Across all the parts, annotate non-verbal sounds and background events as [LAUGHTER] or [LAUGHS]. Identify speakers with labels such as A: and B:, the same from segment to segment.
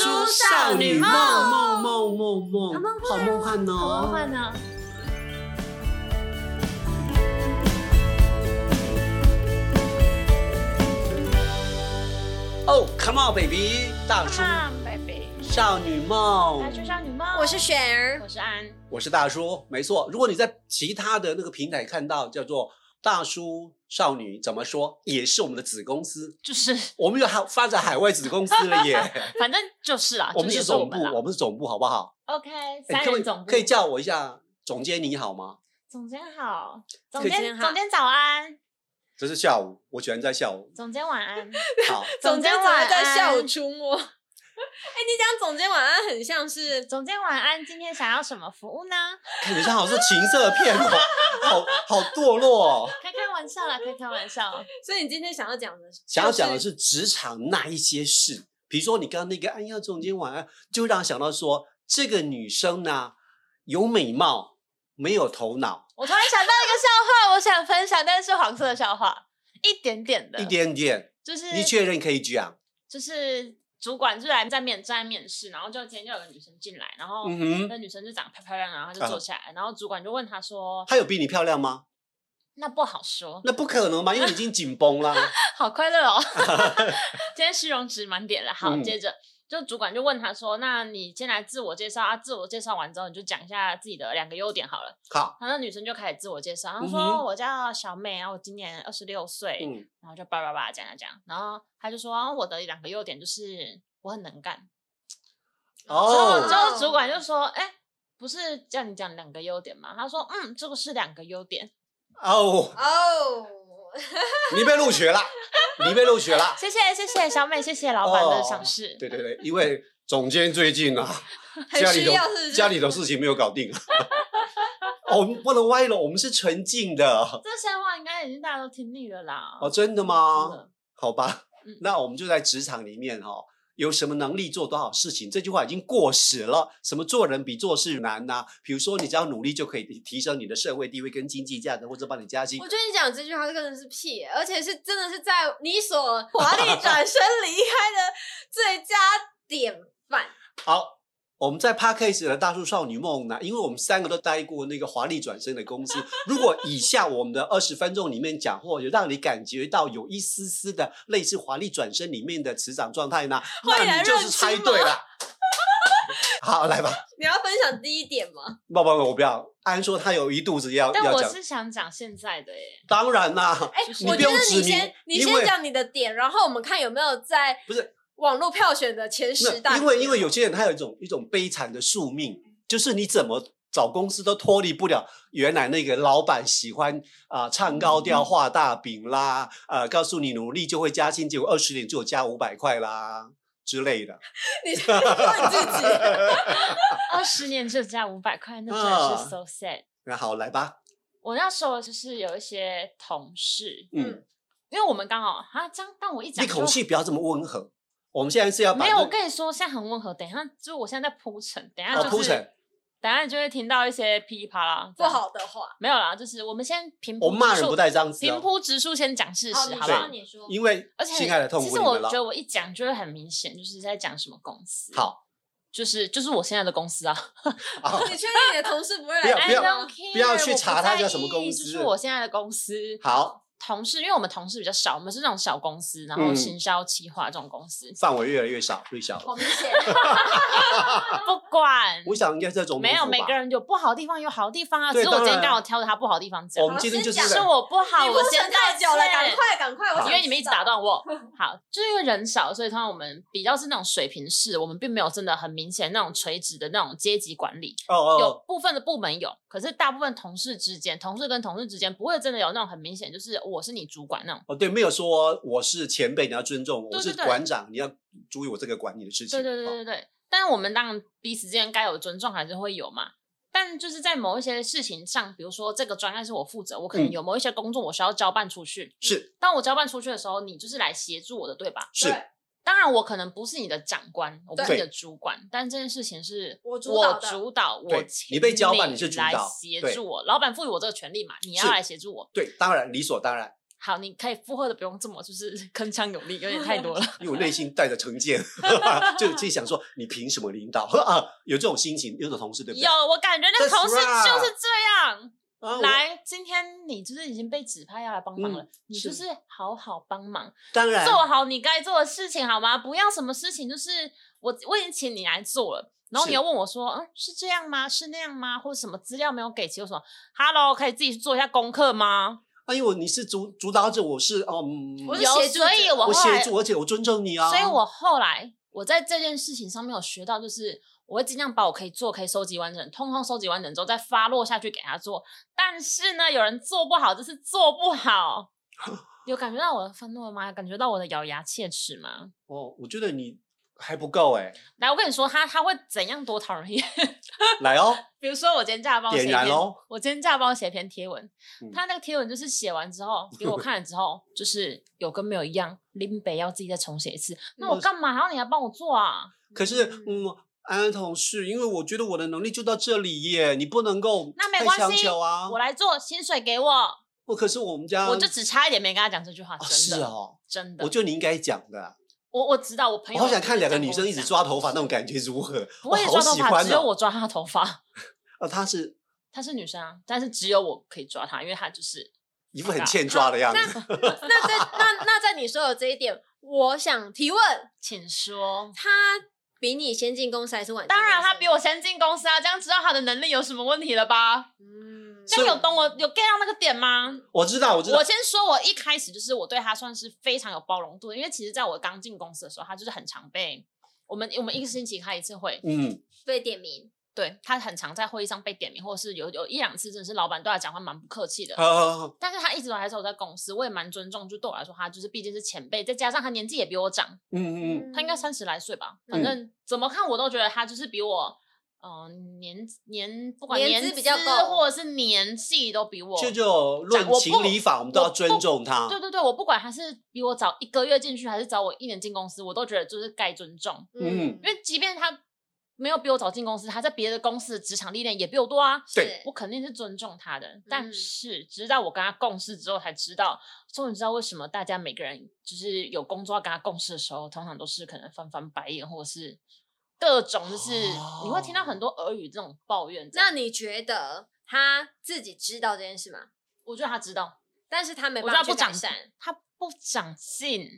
A: 少女梦
B: 梦梦梦梦
A: 梦
B: 好梦幻
A: 好梦
B: 哦！
A: 幻呢？
B: 哦，Come on baby，大叔
A: 啊，baby，
B: 少女梦
A: 来，去少女梦。
C: 我是璇儿
A: 我，是安，
B: 我是大叔，没错。如果你在其他的那个平台看到叫做大叔少女，怎么说也是我们的子公司，
A: 就是 [LAUGHS]
B: 我们有海发展海外子公司了耶。
A: 反正就是啦，
B: 我们
A: 就是是
B: 总部
A: 们，啦。
B: 我们是总部，好不好？
A: OK，
B: 哎
A: 三
B: 可不可以
A: 人总部
B: 可以叫我一下总监你好吗？
A: 总监好，总
B: 可以
A: 监
C: 好
A: 总监早安，
B: 这是下午，我喜欢在下午。
A: 总监晚安， [LAUGHS]
B: 好，
C: 总监怎么在下午
A: 总监晚安
C: 出 [LAUGHS] 没？哎、你讲总监晚安很像是
A: 总监晚安，今天想要什么服务呢？
B: 看你像好像是情色片哦，好好堕落、哦。
A: 开开玩笑啦，开开玩笑。
C: 所以你今天想要讲的，
B: 想要讲的是职场那一些事，比如说你刚刚那个“哎呀，总监晚安”，就会让人想到说，这个女生呢有美貌，没有头脑，
A: 我突然想到一个笑话，我想分享，但是是黄色的笑话，一点点的，
B: 一点点。
A: 就是
B: 你确认可以讲？
A: 就是主管就来在面在面试，然后就今天就有个女生进来，然
C: 哦
A: 后
B: 嗯哼，
A: 那女生就长得漂漂亮，亮，然后她就坐下来，然后主管就问她说
B: 她有比你漂亮吗？：“
A: 那不好说，
B: 那不可能嘛，因为你已经紧绷啦。
A: 好快乐
B: [LAUGHS]
A: 哦， [LAUGHS] 今天虚荣值满点了。”好，
B: 嗯
A: 接着。就主管就问她说：“那你先来自我介绍啊，自我介绍完之后，你就讲一下自己的两个优点好了。”
C: [LAUGHS]
B: 好，
A: 然后那女生就开始自我介绍，她
B: 嗯
A: 说：“
B: 哼
A: 我叫小美，然后我今年二十六岁，
B: 嗯，
A: 然后就叭叭叭讲讲讲，然后他就说、啊我的两个优点就是我很能干。之
B: 哦，
A: 后主管就说，哎、不是叫你讲两个优点吗？他说，嗯，这个是两个优点，
B: 哦，
C: 哦，
B: 你被录取了，你被录取了。
A: 谢谢谢谢小美，谢谢老板的赏识。
B: 对对对，因为总监最近啊，
C: 很
B: 家里
C: 需
B: 头
C: 要是不是？
B: 家里头事情没有搞定， [LAUGHS] 哦我们不能歪了，我们是纯净的
A: 这些话应该已经大家都听腻了啦。
B: 哦，真的
A: 真
B: 吗
A: 的？
B: 好吧
A: 嗯，
B: 那我们就在职场里面哈、哦，有什么能力做多少事情，这句话已经过时了。什么做人比做事难呐、比如说，你只要努力就可以提升你的社会地位跟经济价值，或者帮你加薪
C: 我。觉得你讲这句话真的是屁、而且是真的是在你所
B: [LAUGHS]
C: 华丽转身离开的最佳典范。
B: 好，我们在 p a c k a g e 的大叔少女梦呢，因为我们三个都待过那个华丽转身的公
A: [LAUGHS]
B: 司。如果以下我们的二十分钟里面讲，或者让你感觉到有一丝丝的类似华丽转身里面的磁场状
A: [LAUGHS]
B: 态呢，
C: 会来
B: 那你就
C: 认
B: 是
C: 知
B: 猜对了。 [LAUGHS] 好，来吧，
C: 你要分享第一点吗？
B: 不不不，我不要。安说他有一肚子要
A: 但
B: 呃要
A: 我
B: 讲，
A: 是想讲现在的耶，
B: 当然
A: [LAUGHS]
B: 啦，
C: 哎、
A: 就是
B: 你
C: 我
B: 不
C: 觉
B: 用
C: 得你
B: 指名
C: 先你
B: 因
C: 先
B: 为
C: 讲你的点，然后我们看有没有在
B: 不是
C: 网络票选的前
B: 那
C: 十大。
B: 因为
A: 啊
B: 因为有些人他有一种一种悲惨的宿命，就是你怎么找公司都脱离不了原来那个老板喜欢啊、唱
A: 嗯
B: 高调画大饼啦，呃告诉你努力就会加薪，结果二十年就有加五百块啦之类的。
C: 你是问自己，
B: [LAUGHS]
A: 二十年就加五百块，那真的是
B: 啊
A: so sad。
B: 那好，来吧，
A: 我那时候就是有一些同事，
B: 嗯，
A: 因为我们刚好啊，这样，但我一讲
B: 你口
A: 就
B: 气不要这么温和，我们现在是要把
A: 没有，
B: 那
A: 我跟你说，现在很温和。等一下，就是我现在在铺陈，等一下
B: 哦
A: 就是、
B: 铺陈，
A: 等一下你就会听到一些噼里啪啦
C: 不，好的话，
A: 没有啦，就是我们先平铺
B: 我骂
A: 直
B: 人
A: 述
B: 不带脏字、
A: 平
B: 哦，
A: 铺直述，先讲 [LAUGHS] 事实，
C: 哦你
A: 好不
B: 对
A: 好
C: 说？你说，
B: 因为
A: 而且
B: 亲爱的痛
A: 其
B: 苦
A: 实
B: 你
A: 我
B: 们
A: 觉
B: 了。
A: 得我一讲就会很明显，就是在讲什么公司。，
B: 好， [LAUGHS]
A: 就是就是我现在的公司啊，
B: 好，
C: 你确定你的同事不会
B: 不要
C: 来
A: 哎
C: 看
B: 不要
A: [LAUGHS]
C: 吗？
B: 不要去查它
A: 他
B: 叫什么公司
A: 就是我现在的公司。
B: 好，
A: 同事，因为我们同事比较少，我们是那种小公司，然后
B: 嗯
A: 行销企划这种公司，
B: 范围越来越少，越小了。
C: 好明 [LAUGHS] 显，
A: 不管
B: 啊我想应该是在总
A: 没有，
B: 每
A: 每个人有不好的地方，有好地方啊。只
B: 对
A: 是我今
B: 当然啊
A: 天刚好挑着他不好的地方讲
B: 我。们今天就是
C: 好
A: 是
B: 在
A: 我不好，
C: 你
A: 我
C: 铺
A: 先
C: 陈太
A: 道
C: 久了，
A: 歉
C: 赶快赶快，我想
A: 因为你们一直打
C: 知道。
A: 断我。
C: [LAUGHS]
A: 好，就是因为人少，所以通常我们比较是那种水平式，我们并没有真的很明显那种垂直的那种阶级管理。
B: 哦哦，
A: 有部分的部门有，可是大部分同事之间，同事跟同事之间不会真的有那种很明显，就是我是你主管那种。
B: 哦，对，没有说我是前辈，你要尊重我；
A: 对
B: 我
A: 对
B: 是
A: 对
B: 馆长，你要注意我这个管你的事情。
A: 对对对
B: 哦
A: 对对。但是我们当然彼此之间该有的尊重还是会有嘛。但就是在某一些事情上，比如说这个专案是我负责，我可能
B: 嗯
A: 有某一些工作我需要交办出去。
B: 是
A: 当我交办出去的时候，你就是来协助我的，对吧？
B: 是
C: 对
A: 当然，我可能不是你的长官，我不是
B: 对
A: 你的主管，但这件事情是
C: 我主
A: 我
C: 导的
A: 主导，我
B: 对
A: 请
B: 你被交办你是主导
A: 来协助我，老板赋予我这个权利嘛，你要
B: 是
A: 来协助我。
B: 对，当然理所当然。
A: 好，你可以负荷的不用这么就是 [LAUGHS] 铿锵有力，有点太多了。
B: 因为我内心带着成
A: [LAUGHS]
B: 见，就自己想说，你凭什么领导 [LAUGHS] 啊？有这种心情，有种同事对不对
A: 有？，我感觉那
B: That's
A: 同事就是这样。
B: 啊，我
A: 来，今天你就是已经被指派要来帮忙了，
B: 嗯
A: 你就是是好好帮忙，
B: 当然
A: 做好你该做的事情好吗？不要什么事情就是我我已经请你来做了，然后
B: 是
A: 你又问我说，嗯，是这样吗？是那样吗？或者什么资料没有给齐，或什么？Hello，可以自己去做一下功课吗？
B: 哎呦，你是主主导者，我是嗯，
C: 我是
A: 有，
C: 协助
A: 所以
C: 者
A: 我
B: 我
A: 后来
B: 协，助，而且我尊重你啊。
A: 所以我后来我在这件事情上面有学到，就是我会尽量把我可以做、可以收集完整，通通收集完整之后再发落下去给他做。但是呢，有人做不好，就是做不
B: [LAUGHS]
A: 好。有感觉到我的愤怒了吗？有感觉到我的咬牙切齿吗？
B: 哦，我觉得你还不够哎，
A: 来，我跟你说，他他会怎样多讨人厌？ [LAUGHS]
B: 来哦，
A: 比如说我今天假包写
B: 点
A: 一
B: 燃
A: 篇，
B: 喽。
A: 我今天假包写一篇贴文，
B: 嗯
A: 他那个贴文就是写完之后给
B: [LAUGHS]
A: 我看了之后，就是有跟没有一样，林北要自己再重写一次。那我
B: 我
A: 干嘛还要你来帮我做啊？
B: 可是，嗯，安安同事，因为我觉得我的能力就到这里耶，你不能够
A: 那没
B: 太
A: 关
B: 强
A: 系
B: 求啊。
A: 我来做，薪水给我。
B: 我可是我们家，
A: 我就只差一点没跟他讲这句话，
B: 啊
A: 真的，
B: 是哦，
A: 真的。
B: 我
A: 我
B: 就你应该讲的啊。
A: 我知道，我朋
B: 我
A: 友
B: 好想看两个女生一直抓头发那
A: 那
B: 种感觉如何？
A: [LAUGHS] 不
B: 我
A: 会
B: 好
A: 抓头
B: 喜
A: 发，
B: 欢
A: 只有
B: 哦。
A: 我抓她的头发。 [LAUGHS]
B: 啊，她是
A: 她是女生啊，但是只有我可以抓她，因为她就是
B: 一副很欠抓的样子。
C: 那在那那在你说的这一点，我想提问，
A: 请说。
C: 他比你先进公司还是晚？
A: 当然，她比，我先进公司啊，这样知道她的能力有什么问题了吧？
C: 嗯，
A: 这样有懂我有 get 到那个点吗？
B: 我知道，我知道
A: 我，先说，我一开始就是我对他算是非常有包容度的，因为其实在我刚进公司的时候，他就是很常被我们我们一个星期开一次会，
B: 嗯，
C: 被点名，
A: 对他很常在会议上被点名，或者是有有一两次真的是老板对他讲话蛮不客气的。
B: 啊，
A: 但是他一直都还是我在公司，我也蛮尊重。就对我来说，他就是毕竟是前辈，再加上他年纪也比我长，
B: 嗯嗯，
A: 他应该三十来岁吧。反正怎么看我都觉得他就是比我，嗯、年年不管
C: 年
A: 年
C: 资比较
A: 资
C: 高
A: 或者是年纪都比我。
B: 这就
A: 讲
B: 论
A: 我
B: 情
A: 不
B: 理法，我们都
A: 我
B: 要尊
A: 不
B: 重她。
A: 对对对，我不管他是比我早一个月进去，还是早我一年进公司，我都觉得就是该尊重。
B: 嗯
A: 因为即便他没有比我早进公司，他在别的公司的职场历练也比我多啊。
B: 对
A: 我肯定是尊重他的，但
C: 嗯
A: 是直到我跟他共事之后，才知道，终于知道为什么大家每个人就是有工作要跟他共事的时候，通常都是可能翻翻白眼，或者是各种就是、你会听到很多耳语这种抱怨这样。
C: 哦那你觉得他自己知道这件事吗？
A: 我觉得他知道，
C: 但是他没
A: 我
C: 办
A: 觉
C: 法
A: 得
C: 去
A: 他不
C: 改
A: 长
C: 善，，
A: 他不长进，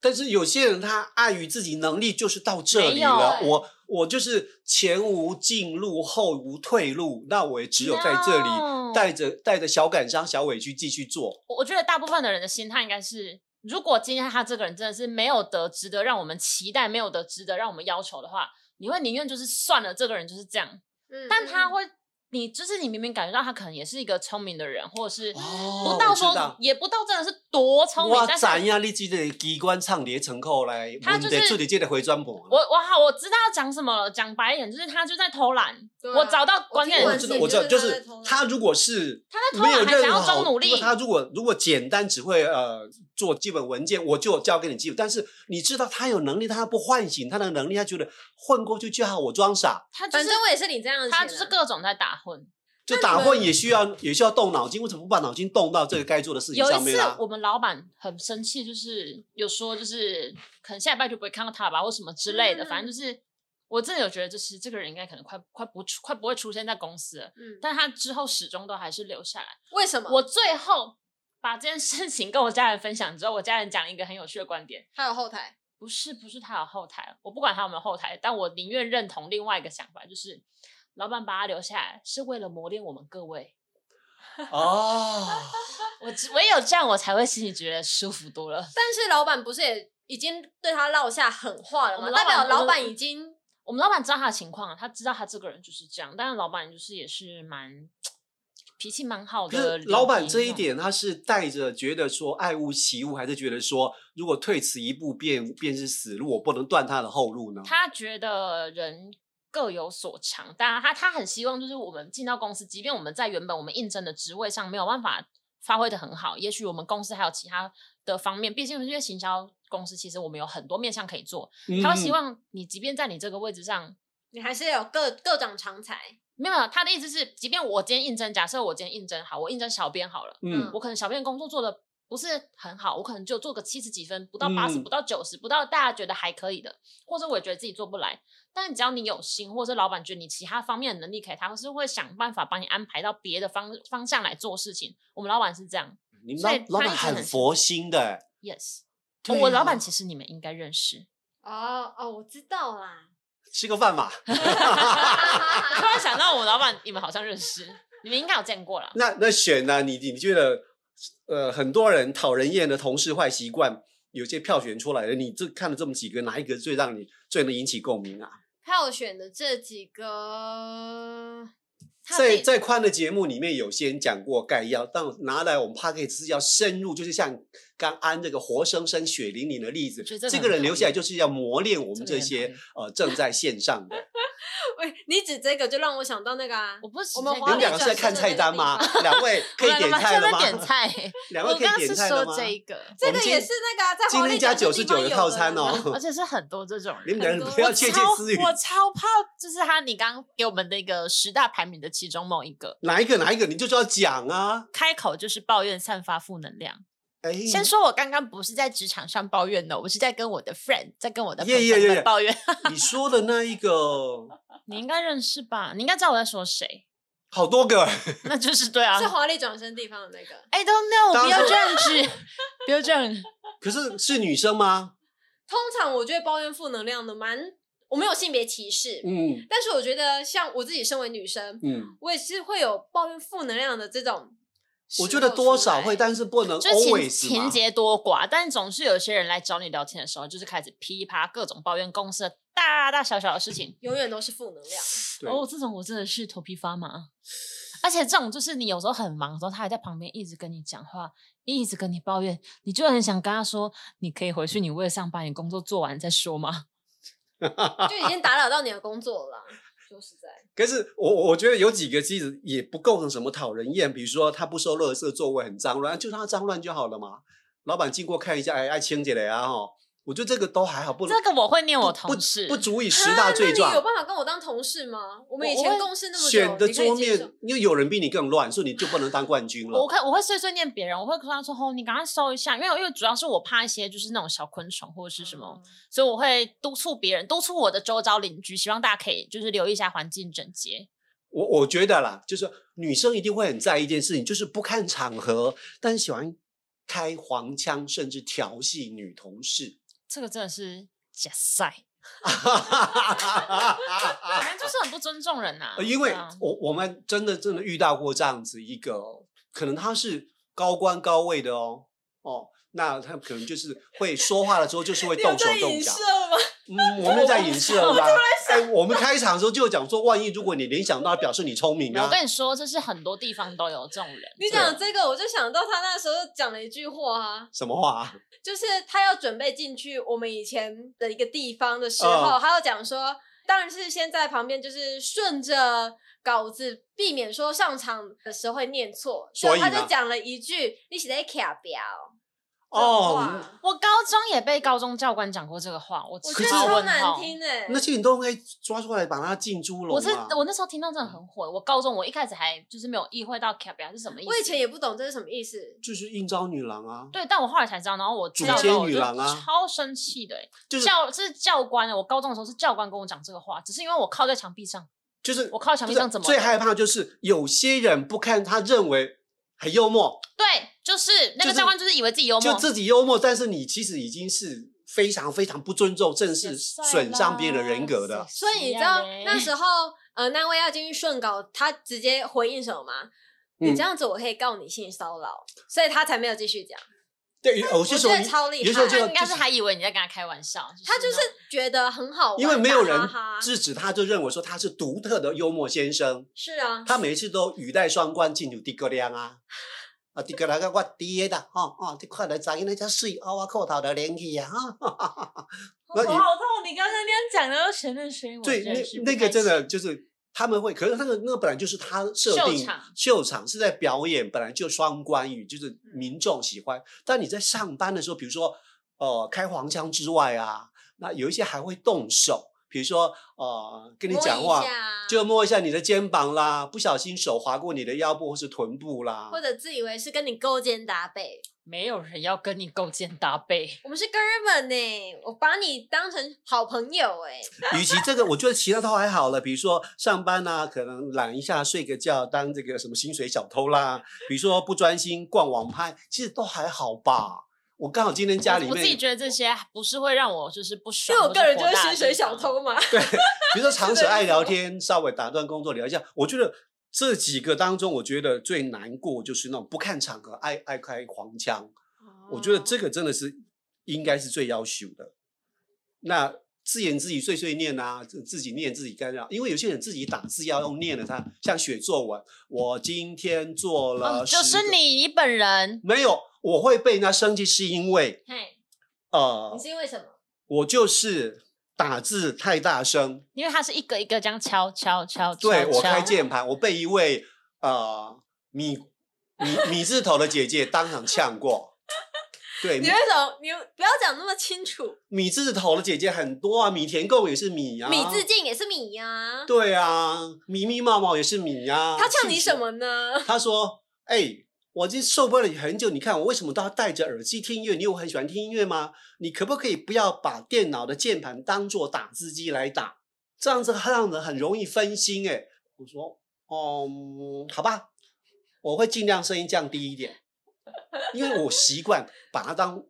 B: 但是有些人他碍于自己能力就是到这里
A: 没有
B: 了，
C: 欸
B: 我我就是前无进路，后无退路，那我也只有在这里
A: No
B: 带着带着小感伤、小委屈继续做。
A: 我我觉得大部分的人的心态应该是，如果今天他这个人真的是没有得值得让我们期待，没有得值得让我们要求的话，你会宁愿就是算了，这个人就是这样。
C: 嗯
A: 但他
C: 嗯
A: 会，你就是你明明感觉到他可能也是一个聪明的人，或者是
B: 哦
A: 不到
B: 我知
A: 说
B: 道
A: 也不到真的是多聪明
B: 我，
A: 但
B: 怎
A: 是
B: 样你这个机关唱碟成口来，
A: 他
B: 问
A: 就
B: 题
A: 是
B: 处理这个回转盘。
A: 我我好我知道要讲什么了，讲白一点就是他就在偷懒，
C: 对啊
A: 我找到关键
C: 听
B: 我
C: 完
B: 知
C: 是
B: 道，
C: 就
B: 我知道，
C: 是
B: 就
C: 他在
B: 是
C: 偷懒
B: 他如果是
A: 他在偷
B: 没有
A: 懒还想
B: 任
A: 要
B: 何
A: 装努力
B: 如果他如果如果简单只会呃做基本文件，我就交给你基本。但是你知道他有能力，他不唤醒他的能力，他觉得混过去就好，我装傻，
A: 他就
C: 反
A: 是
C: 正我也是领这样的钱啊，
A: 他就是各种在打混。
B: 就
C: 那
B: 打
C: 你们
B: 混也需要也需要动脑筋，为什么不把脑筋动到这个该做的事情
A: 有一
B: 上面
A: 次
B: 啦、啊，？
A: 我们老板很生气，就是有说，就是可能下礼拜就不会看到他吧，或什么之类的。
C: 嗯
A: 反正就是，我真的有觉得，就是这个人应该可能快快不出快不会出现在公司了。
C: 嗯，
A: 但他之后始终都还是留下来。
C: 为什么？
B: 嗯
A: 我最后把这件事情跟我家人分享之后，我家人讲了一个很有趣的观点：
C: 还有后台，
A: 不是不是他有后台，我不管他有没有后台，但我宁愿认同另外一个想法，就是老板把他留下来是为了磨练我们各位。 [LAUGHS]
B: 哦，
A: 我只唯有这样，我才会心里觉得舒服多了。
C: 但是老板不是也已经对他落下狠话了
A: 我
C: 吗？
A: 们
C: 代
A: 老板
C: 表老
A: 我
C: 板
A: 们
C: 已经
A: 我们老板知道他的情况，啊他知道他这个人就是这样，但是老板就是也是蛮脾气蛮好
B: 可
A: 的。
B: 是老板
A: 啊
B: 这一，点，他是带着觉得说爱屋及乌，还是觉得说如果退此一步便便是死路，我不能断他的后路呢？
A: 他觉得人各有所长，当然他他很希望就是我们进到公司，即便我们在原本我们应征的职位上没有办法发挥的很好，也许我们公司还有其他的方面，毕竟因为行销公司，其实我们有很多面向可以做，他会希
B: 嗯
A: 望你即便在你这个位置上
C: 你还是有各各长长才，
A: 没有，他的意思是，即便我今天应征，假设我今天应征好，我应征小编好了。
B: 嗯
A: 我可能小编工作做的不是很好，我可能就做个七十几分，不到八十、
B: 嗯
A: 不到九十，不到大家觉得还可以的，或者我也觉得自己做不来。但只要你有心，或者是老板觉得你其他方面的能力可以，他是会想办法把你安排到别的方方向来做事情。我们老板是这样
B: 你们
A: 所以
B: 老老
A: 他
B: 板
A: 一直
B: 很
A: 很
B: 佛心的欸，
A: ，yes。哦
B: 对
A: 我
B: 啊
A: 老板其实你们应该认识， [LAUGHS]
C: 哦哦，我知道啦。 [LAUGHS]
B: 吃个饭嘛。
A: 突然想到我老板，你们好像认识，你们应该有见过啦。
B: 那那选呢、你你觉得，呃，很多人讨人厌的同事坏习惯，有些票选出来的，你这看了这么几个，哪一个最让你最能引起共鸣啊？
C: 票选的这几个，
A: 他
B: 在
A: 自己
B: 在宽的节目里面有先讲过概要，但我拿来我们 p a c k a g e 是要深入，就是像刚安这个活生生血淋淋的例子
A: 觉得，这个
B: 这
A: 很
B: 个人
A: 讨
B: 留下来
A: 厌
B: 就是要磨练我
A: 这
B: 们
A: 个
B: 这
A: 很讨
B: 些
A: 厌
B: 呃正在线上的。
C: [LAUGHS] 喂，你指这个就让我想到那个啊
A: 我，不是
C: 我们
A: 指那
C: 华丽
B: 你们
A: 个
B: 两个是在看菜单吗？两位可以
A: [LAUGHS] 我
B: 点
A: 们
B: 菜了吗？
A: 现在点菜
B: [LAUGHS] 两位
D: 我
B: 可以
D: 刚刚是
B: 点菜
D: 说
B: 了吗？
D: 这一个，
C: 这
B: 我们
C: 个
B: 今
C: 也是那个啊，在
B: 今
C: 华
B: 天
C: 丽
B: 加
C: 转
B: 九
C: 身
B: 十
C: 地方
B: 九的
C: 有
B: 套
C: 的
B: 餐
A: [LAUGHS]
B: 哦，
D: 而且是很多这种
B: 你
D: 人。
B: 们两人
C: 很
B: 不
C: 多
B: 要
D: 我
B: 窃窃
D: 超
B: 私语。
D: 我超怕，就是他你刚给我们的一个十大排名的其中某一个，
B: 哪一个哪一个，你就就要讲啊！
D: 开口就是抱怨，散发负能量。
B: 哎，
D: 先说我刚刚不是在职场上抱怨的，我是在跟我的 friend，在跟我的朋
B: Yeah, yeah,
D: 友
B: yeah, yeah.
D: 们抱怨。 [LAUGHS]
B: 你说的那一个，
A: 你应该认识吧？你应该知道我在说谁，
B: 好多个， [LAUGHS]
D: 那就是对啊哎
C: 是华丽转身地方的那个。
D: ，I don't know，
B: 当
D: 不要
B: 时
D: 这样子，不要这
B: [LAUGHS]
D: 样。
B: 可是是女生吗？
C: 通常我觉得抱怨负能量的蛮，我没有性别歧视，
B: 嗯
C: 但是我觉得像我自己身为女生，
B: 嗯，
C: 我也是会有抱怨负能量的这种时候出来。
B: 我觉得多少会，但是不能
A: 就是情
B: always 嘛
A: 情节多寡，但总是有些人来找你聊天的时候，就是开始噼啪各种抱怨公司的大大小小的事情。
C: 永远都是负能
B: [LAUGHS]
C: 量。
B: 对
A: 哦，这种我真的是头皮发麻。而且这种就是你有时候很忙的时候，他还在旁边一直跟你讲话，一直跟你抱怨，你就很想跟他说：“你可以回去，你为了上班，你工作做完再说嘛。
C: 就已经打扰到你的工作了啦。说实
B: [LAUGHS]
C: 在，
B: 可是我我觉得有几个机子也不构成什么讨人厌，比如说他不收垃圾，座位很脏乱，就让他脏乱就好了嘛。老板经过看一下，哎，爱清洁了啊哈。我觉得这个都还好，不
A: [LAUGHS] 这个我会念我
B: 不
A: 同事
B: 不不足以十大罪
C: 啊那你有
B: 状。
C: 办法跟我当同事吗？我们以
B: 我
C: 前
B: 会
C: 共事那么久，
B: 选的
C: 你可以
B: 桌
C: 接受
B: 面，因为有人比你更乱，所以你就不能当冠军了。
A: 我看我会碎碎念别人，我会跟他说：“哦，你赶快收一下。”因为因为主要是我怕一些就是那种小昆虫或者是什么，
B: 嗯
C: 哦
A: 所以我会督促别人，督促我的周遭邻居，希望大家可以就是留意一下环境整洁。
B: 我我觉得啦，就是说女生一定会很在意一件事情，就是不看场合，但是喜欢开黄腔，甚至调戏女同事。 [LAUGHS]
A: 这个真的是假赛，反正就是很不尊重人呐、
B: 啊呃因为
A: 对啊
B: 我我们真的真的遇到过这样子一个，可能他是高官高位的哦哦，那他可能就是会说话的时候就是会
C: 你
B: 动
C: 有
B: 手
C: 在
B: 动
C: 影
B: 脚
C: 射。吗？
B: 嗯，我们在影视了吧？哎，我们开场的时候就有讲说，万一如果你联想到，表示你聪明
A: 没有
B: 啊
A: 我。跟你说，这是很多地方都有这种人。
C: 你讲这个，我就想到他那时候讲了一句话啊，
B: 什么
A: [LAUGHS]
B: 话啊？
C: 就是他要准备进去我们以前的一个地方的时候，
B: 哦
C: 他要讲说，当然是先在旁边就是顺着稿子，避免说上场的时候会念错，
B: 所以
C: 他
B: 呢
C: 就讲了一句：“你写在卡标。”
B: 哦
A: 我高中也被高中教官讲过这个话，我
C: 我
B: 可
C: 觉
A: 超
C: 得
B: 是
C: 超
A: 问
C: 难
A: 号。
C: 听哎、
B: 嗯那些你都应该抓出来，把它浸猪笼啊。
A: 我是我那时候听到真
B: 嗯
A: 的很火，我高中我一开始还就是没有意会到 k a b i 是什么意思。
C: 我以前也不懂这是什么意思。
B: 就是应招女郎啊，
A: 对，但我后来才知道，然后我知
B: 主
A: 道
B: 街
A: 了，我
B: 女
A: 就
B: 郎啊
A: 超生气的、欸。
B: 就是
A: 教是教官欸的，我高中的时候是教官跟我讲这个话，只是因为我靠在墙壁上，
B: 就是
A: 我靠墙壁上
B: 不是
A: 怎么
B: 最
A: 了
B: 害怕就是有些人不看，他认为很幽默，
A: 对，就是那
B: 就
A: 个
B: 是
A: 教官就是以为自己幽默，
B: 就自己幽默，但是你其实已经是非常非常不尊重，正是损伤别人人格的。
C: 所以你知
A: 啊
C: 道
A: 欸
C: 那时候，呃，那位要进去顺稿，他直接回应什么吗？你
B: 嗯
C: 这样子我可以告你性骚扰，所以他才没有继续讲。
B: 对，有些时候
C: 我觉得超厉害
B: 有些时候
A: 他
B: 就
A: 应该是
B: 就
A: 还以为你在跟他开玩笑，
C: 他就是
A: 那种
C: 觉得很好玩，
B: 因为没有
C: 打
B: 人
C: 哈哈
B: 制止他，就认为说他是独特的幽默先生，
C: 是啊，
B: 他每一次都语带双关，进入诸葛亮啊。啊，诸葛亮个我爹的，哦哦，你快来摘那只水蚵啊，裤头的连去啊，
C: 哦
B: 哈，那
A: 头
B: 你
A: 好痛！你刚刚那样讲的都神论水我
B: 对，
A: 真的是
B: 那
A: 不
B: 那个
A: 开
B: 真的
A: 心
B: 就是他们会，可是那个那个本来就是他设
A: 秀
B: 定
A: 场
B: 秀场是在表演，本来就双关语，就是民众喜欢。但你在上班的时候，比如说呃开黄腔之外啊，那有一些还会动手，比如说呃跟你
C: 摸
B: 讲
C: 一
B: 话
C: 下啊
B: 就摸一下你的肩膀啦，不小心手划过你的腰部或是臀部啦
C: 或。者自以为是跟你勾肩搭背，
A: 没有人要跟你勾肩搭背。
C: 我们是哥们呢、我把你当成好朋友哎、
B: 与其这个，我觉得其他都还好了，比如说上班啊，可能懒一下睡个觉，当这个什么薪水小偷啦，比如说不专心逛网拍，其实都还好吧。我刚好今天家里
A: 我自
B: 面
A: 己觉得这些不是会让我就是不
C: 因
A: 爽，
C: 为我
A: 或
C: 个人
A: 火
C: 就是
A: 大的
C: 薪水
A: 地
C: 小
A: 方。嗯
C: 偷嘛。
B: 比如说长者爱聊天，稍微打断工作聊一下。我觉得这几个当中，我觉得最难过就是那种不看场合爱爱开黄腔。 [LAUGHS] 我觉得
C: 哦
B: 这个真的是应该是最要求的。那自言自语、碎碎念啊，自自己念自己干扰，啊因为有些人自己打字要用念的，他像写作文，我今天做了、
D: 哦就是。你你本人，
B: 没有，我会被人家生气，是因为
C: 嘿，
B: 呃
C: 你，是因为什么？
B: 我就是打字太大声，
A: 因为它是一个一个这样敲敲敲敲
B: 对我
A: 敲
B: 开键盘，我被一位呃米米米字头的姐姐当场呛过。对，
C: 你
B: 米
C: 为什么？你不要讲那么清楚。
B: 米字头的姐姐很多啊，米田共也是米啊，
C: 米字镜也是米呀、
B: 对啊，咪咪茂茂也是米啊。
C: 他呛你
B: 是
C: 什
B: 不
C: 么
B: 是？
C: 呢？
B: 他说：“哎、我已经受不了你很久，你看我为什么都要戴着耳机听音乐？你有很喜欢听音乐吗？你可不可以不要把电脑的键盘当做打字机来打？这样子让人很容易分心。”哎，我说：“哦、嗯，好吧，我会尽量声音降低一点，因为我习惯把它当。”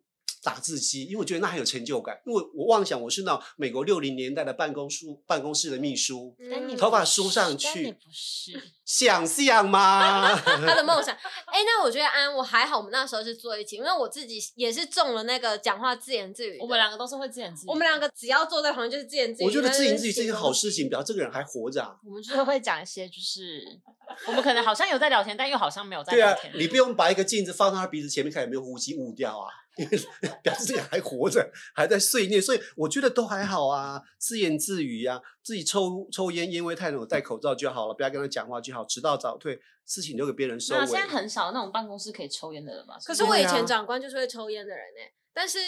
B: 打字机，因为我觉得那很有成就感。因为我妄想我是那种美国六零年代的办公室办公室的秘书，
A: 但你
C: 嗯
A: 不
B: 头发梳上
A: 是但
B: 去
A: 你不是
B: 想象
A: [LAUGHS]
B: 吗？
C: 他的梦想。哎、那我觉得安，我还好，我们那时候是坐一起，因为我自己也是中了那个讲话自言自语的。
A: 我们两个都是会自言自语，
C: 我们两个只要坐在旁边就是自言自语。
B: 我觉得自
C: 言
B: 言自语是一件好事情，表示这个人还活着、啊。
A: 我们就是会讲一些，就是我们可能好像有在聊天，但又好像没有在
B: 对
A: 聊
B: 啊
A: 天。，
B: 你不用把一个镜子放到他鼻子前面看有没有呼吸捂掉啊， [LAUGHS] 因为表示这个人还活着， [LAUGHS] 还在碎念。所以我觉得都还好啊，自言自语啊，自己抽抽烟，烟味太浓，我戴口罩就好了，不要跟他讲话就好，迟到早退，事情留给别人收
A: 那
B: 尾。
A: 现在很少那种办公室可以抽烟的了吧？
C: 可是我以
B: 对啊
C: 前长官就是会抽烟的人呢、但是。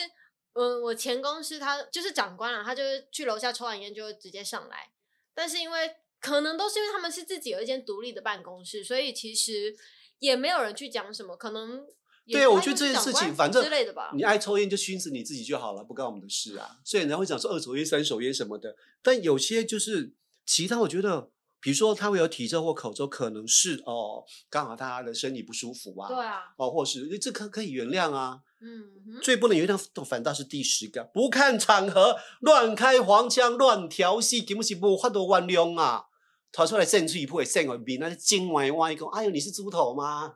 C: 嗯，我前公司他就是长官啊，他就是去楼下抽完烟就会直接上来。但是因为可能都是因为他们是自己有一间独立的办公室，所以其实也没有人去讲什么，可能也
B: 对啊我
C: 他
B: 觉得
C: 就是
B: 这件
C: 长
B: 事
C: 官
B: 情反正嗯
C: 之类的吧。
B: 你爱抽烟就熏死你自己就好了，不关我们的事啊。所以人家会讲说二手烟、三手烟什么的，但有些就是其他，我觉得，比如说他会有体臭或口臭，可能是哦，刚好他的身体不舒服啊，
C: 对啊，
B: 哦，或是这可可以原谅啊。
C: 嗯哼，
B: 最不能原谅反倒是第十个，不看场合乱开黄腔、乱调戏，根本是无法度原谅啊。逃出来扇嘴破，扇我面，那就尖歪歪讲，哎呦，你是猪头吗？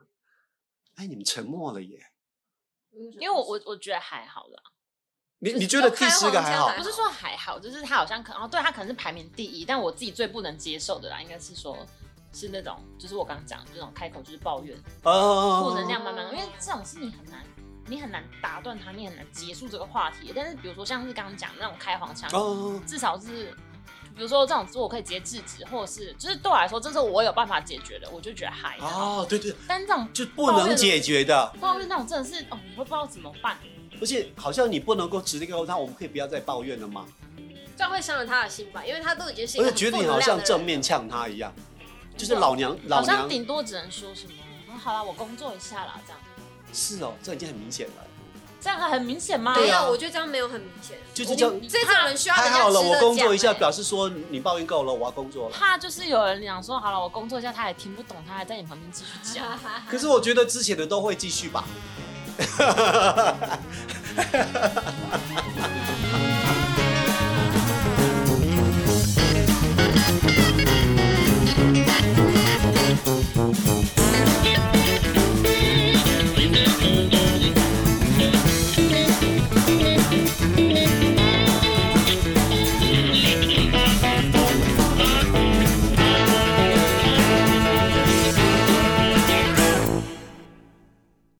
B: 哎，你们沉默了耶。
C: 因
A: 因为我我我觉得还好啦，
B: 你
C: 就是
B: 你觉得
C: 要
B: 第
C: 开
B: 十个
C: 黄
B: 还
C: 腔
B: 好
C: 来？
A: 不是说还好，就是他好像可能哦，对他可能是排名第一，但我自己最不能接受的啦，应该是说是那种就是我刚刚讲的这种开口就是抱怨，
B: 哦，
A: 负能量满满，因为这种事情很难。你很难打断他，你很难结束这个话题。但是，比如说像是刚刚讲的那种开黄腔，
B: 哦，
A: 至少是，比如说这种做我可以直接制止，或者是就是对我来说，这是我有办法解决的，我就觉得还好。
B: 哦，对对，
A: 但这种
B: 就不能解决的，
A: 抱怨那种真的是哦，你会不知道怎么办。
B: 而且好像你不能够直接告诉他，我们可以不要再抱怨了嘛。
C: 这样会伤了他的心吧，因为他都已经是一
B: 而
C: 个
B: 且觉得
C: 很
B: 你
C: 负能
B: 好
C: 量
B: 像
C: 的
B: 正
C: 人哦
B: 面呛他一样，就是老娘老
A: 好像
B: 娘
A: 顶多只能说什么，啊、好啦，我工作一下啦，这样，
B: 是哦，这已经很明显了。
A: 这样很明显吗？
C: 没
B: 对啊
C: 有，我觉得这样没有很明显。
B: 就是这样
C: 我这种人需要
B: 太
C: 人家
B: 好了，
C: 值得
B: 我工作一
C: 讲
B: 下，
C: 欸
B: 表示说你抱怨够了，我要工作了。
A: 怕就是有人讲说，好了，我工作一下，他还听不懂，他还在你旁边继续讲。
B: 可是我觉得之前的都会 [LAUGHS] 继续吧。